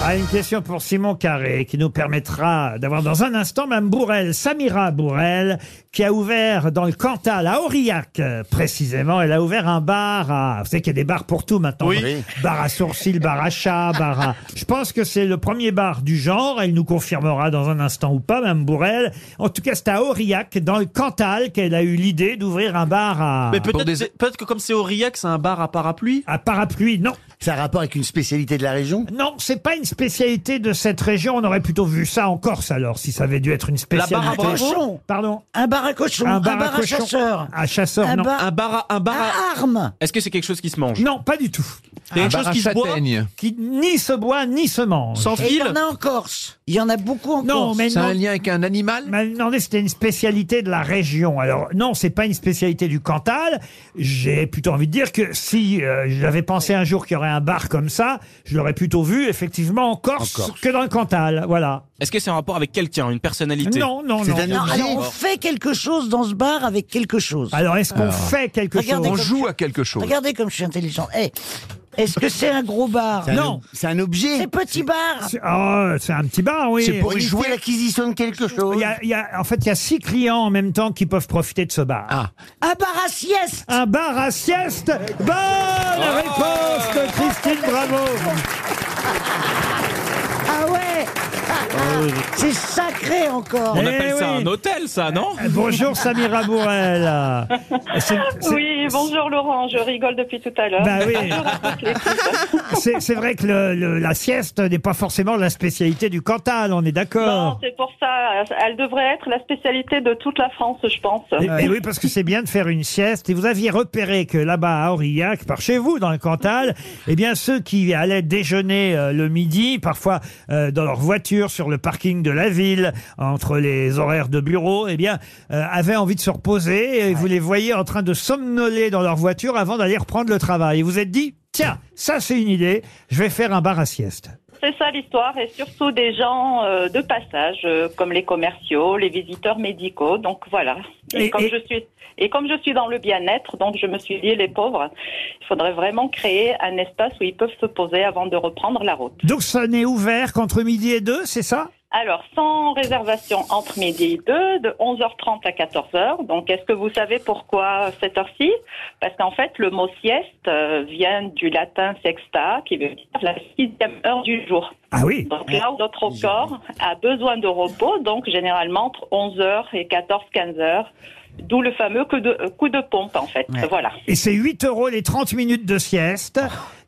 Ah, une question pour Simon Carré qui nous permettra d'avoir dans un instant Mme Bourrel, Samira Bourrel, qui a ouvert dans le Cantal, à Aurillac euh, précisément. Elle a ouvert un bar à. Vous savez qu'il y a des bars pour tout maintenant. Oui. Bar à sourcils, bar à chat, bar à. Je pense que c'est le premier bar du genre. Elle nous confirmera dans un instant ou pas, Mme Bourrel. En tout cas, c'est à Aurillac, dans le Cantal, qu'elle a eu l'idée d'ouvrir un bar Ah. à. Mais peut-être peut-être que comme c'est Aurillac, c'est un bar à parapluie. À parapluie, non. Ça a rapport avec une spécialité de la région Non, c'est pas une spécialité de cette région. On aurait plutôt vu ça en Corse alors, si ça avait dû être une spécialité. barre à cochon. Pardon. Un bar à cochon, un, bar, à, cochon. chasseur, Un chasseur, un non. bar Un bar à un bar à- à armes. Ah. Est-ce que c'est quelque chose qui se mange Non, pas du tout. Il y a quelque chose qui se boit Qui ni se boit ni se mange. sans Et il y fil. en a en Corse. Il y en a beaucoup en Non, Corse. mais non. lien avec un animal m'a demandé si c'était une spécialité de la région. Alors non, c'est pas une spécialité du Cantal. J'ai plutôt envie de dire que si euh, j'avais pensé un jour qu'il y aurait un bar comme ça, je l'aurais plutôt vu effectivement en Corse, En Corse. que dans le Cantal. Voilà. Est-ce que c'est en rapport avec quelqu'un, une personnalité Non, non, C'est non. un Non, objet. alors on Ah. fait quelque chose dans ce bar avec quelque chose. Alors est-ce qu'on fait quelque Regardez chose comme- joue à quelque chose. Regardez comme je suis intelligent. Eh, Est-ce que c'est un gros bar C'est un Non. ob- C'est un C'est objet. petit bar. C'est- oh, c'est un petit bar, oui. C'est pour jouer l'acquisition de quelque chose. Il y a- il y a- en fait, il y a six clients en même temps qui peuvent profiter de ce bar. Ah. Un bar à sieste. Un bar à sieste. Bonne Ah. réponse de Christine Bravo. Ah ouais. C'est sacré encore. Eh On appelle ça oui. un hôtel, ça, non Bonjour Samira Bourrel. C'est- c'est- Oui, bonjour Laurent, je rigole depuis tout à l'heure. Bah oui. C'est c'est vrai que le- le- la sieste n'est pas forcément la spécialité du Cantal, on est Non, d'accord. c'est pour ça, elle devrait être la spécialité de toute la France, je pense. Et, et oui, parce que c'est bien de faire une sieste. Et vous aviez repéré que là-bas, à Aurillac, par chez vous, dans le Cantal, eh bien, ceux qui allaient déjeuner euh, le midi, parfois euh, dans leur voiture, sur le parking de la ville, entre les horaires de bureau, eh bien, euh, avaient envie de se reposer. Et vous les voyez en train de somnoler dans leur voiture avant d'aller reprendre le travail. Et vous vous êtes dit, tiens, ça c'est une idée, je vais faire un bar à sieste. C'est ça l'histoire, et surtout des gens euh, de passage, euh, comme les commerciaux, les visiteurs médicaux. Donc voilà. Et, Et- comme et- je suis et comme je suis dans le bien-être, donc je me suis dit les pauvres, il faudrait vraiment créer un espace où ils peuvent se poser avant de reprendre la route. Donc ça n'est ouvert qu'entre midi et deux, c'est ça Alors, sans réservation entre midi et 2, de 11h30 à 14h. Donc, est-ce que vous savez pourquoi cette heure-ci Parce qu'en fait, le mot sieste euh, vient du latin sexta, qui veut dire la sixième heure du jour. Ah oui. Donc là, où notre corps a besoin de repos, donc généralement entre 11h et 14-15h, d'où le fameux coup de, euh, coup de pompe, en fait. Voilà. Et c'est 8 euros les 30 minutes de sieste,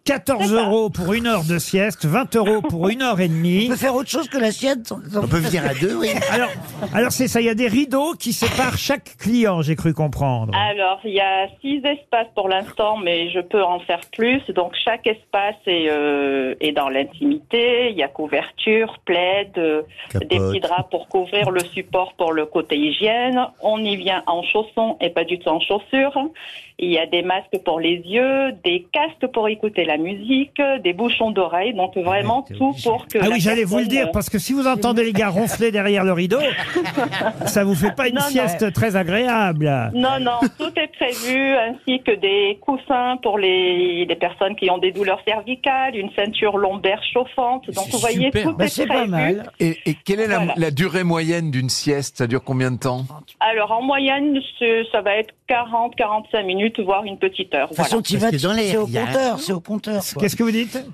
14 C'est ça. euros pour une heure de sieste, 20 euros pour une heure et demie. On peut faire autre chose que la sieste. Bah, On peut venir à deux, oui. Alors, alors c'est ça, il y a des rideaux qui séparent chaque client, j'ai cru comprendre. Alors, il y a six espaces pour l'instant, mais je peux en faire plus. Donc, chaque espace est, euh, est dans l'intimité. Il y a couverture, plaid, euh, Capote. des petits draps pour couvrir le support pour le côté hygiène. On y vient en chaussons et pas du tout en chaussures. Il y a des masques pour les yeux, des casques pour écouter la musique, des bouchons d'oreilles. Donc, vraiment tout pour que... Ah la oui, j'allais vous le personne, dire, parce que si vous entendez les gars ronfler derrière le rideau, ça vous fait pas une Non, non. sieste très agréable. Non, non, tout est prévu, ainsi que des coussins pour les, les personnes qui ont des douleurs cervicales, une ceinture lombaire chauffante. Donc, c'est vous voyez, super. tout Bah, est c'est prévu. pas mal. Et, et quelle est la, Voilà. la durée moyenne d'une sieste Ça dure combien de temps Alors, en moyenne, ce- ça va être 40, 45 minutes, voire une petite heure. De toute Voilà. façon, t'y Parce vas, que dans les- c'est au il y a- compteur, c'est au compteur. quoi. Qu'est-ce que vous dites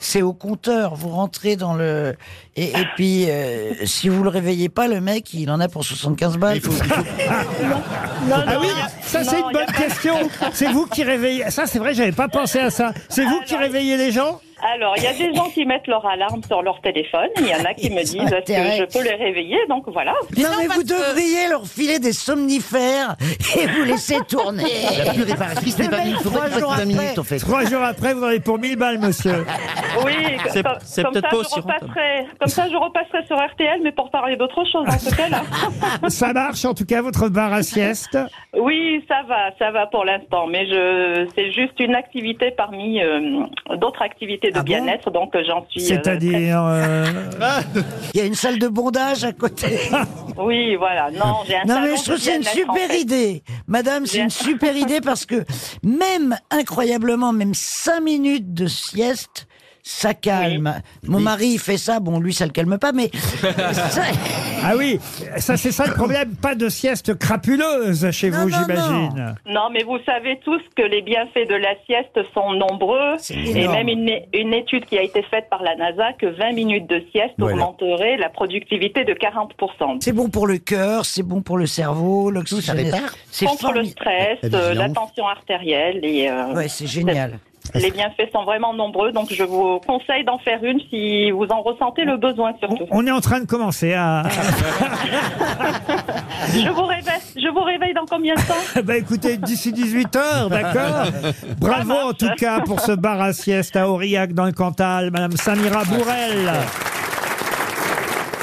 C'est au compteur. Vous rentrez dans le et, et puis euh, si vous le réveillez pas, le mec, il en a pour 75 balles. Non, Ah non, oui, y a- ça c'est non, une y a bonne question. C'est vous qui réveillez. Ça c'est vrai, j'avais pas pensé à ça. C'est vous qui Alors- réveillez les gens Alors, il y a des gens qui mettent leur alarme sur leur téléphone. Il y en a qui me Ils disent, ont est-ce que intérêt. je peux les réveiller Donc, voilà. non, mais vous devriez leur filer des somnifères et vous laisser tourner. La plus réparatrice n'est pas venue. Il faut Trois pas que tu jours fasses 20 après. minutes, en fait. Trois jours après, vous en avez pour 1000 balles, monsieur. Oui, C'est- comme, c'est comme peut-être ça, pas je aussi rentable. repasserai, comme ça, je repasserai sur RTL, mais pour parler d'autre chose, en ce cas-là. Ça marche, en tout cas, votre bar à sieste. Oui, ça va, ça va pour l'instant, mais je c'est juste une activité parmi euh, d'autres activités de Ah bon bien-être, donc euh, j'en suis. euh, C'est-à-dire. euh, Il y a une salle de bondage à côté. très- Oui, voilà. Non, j'ai un. Non salon mais je trouve de que c'est une bien-être, en super fait. idée. Madame, c'est Bien. une super idée parce que même incroyablement, même cinq minutes de sieste, ça calme. Mon mari, il fait ça, bon, lui, ça le calme pas, mais. ça- Ah oui, ça c'est ça le problème, pas de sieste crapuleuse chez Non, vous, non, non. j'imagine. Non, mais vous savez tous que les bienfaits de la sieste sont nombreux. Et énorme. même une, une étude qui a été faite par la NASA que 20 minutes de sieste Voilà. augmenterait la productivité de 40%. C'est bon pour le cœur, c'est bon pour le cerveau, l'oxygène. répare. C'est Contre le formidable. stress, La euh, la vigilance. tension artérielle et euh, Ouais, c'est génial. les bienfaits sont vraiment nombreux. Donc je vous conseille d'en faire une si vous en ressentez le besoin surtout. On est en train de commencer à... Je vous réveille, je vous réveille dans combien de temps bah écoutez, d'ici 18h, d'accord Bravo en tout cas pour ce bar à sieste à Aurillac dans le Cantal, Madame Samira Bourrel.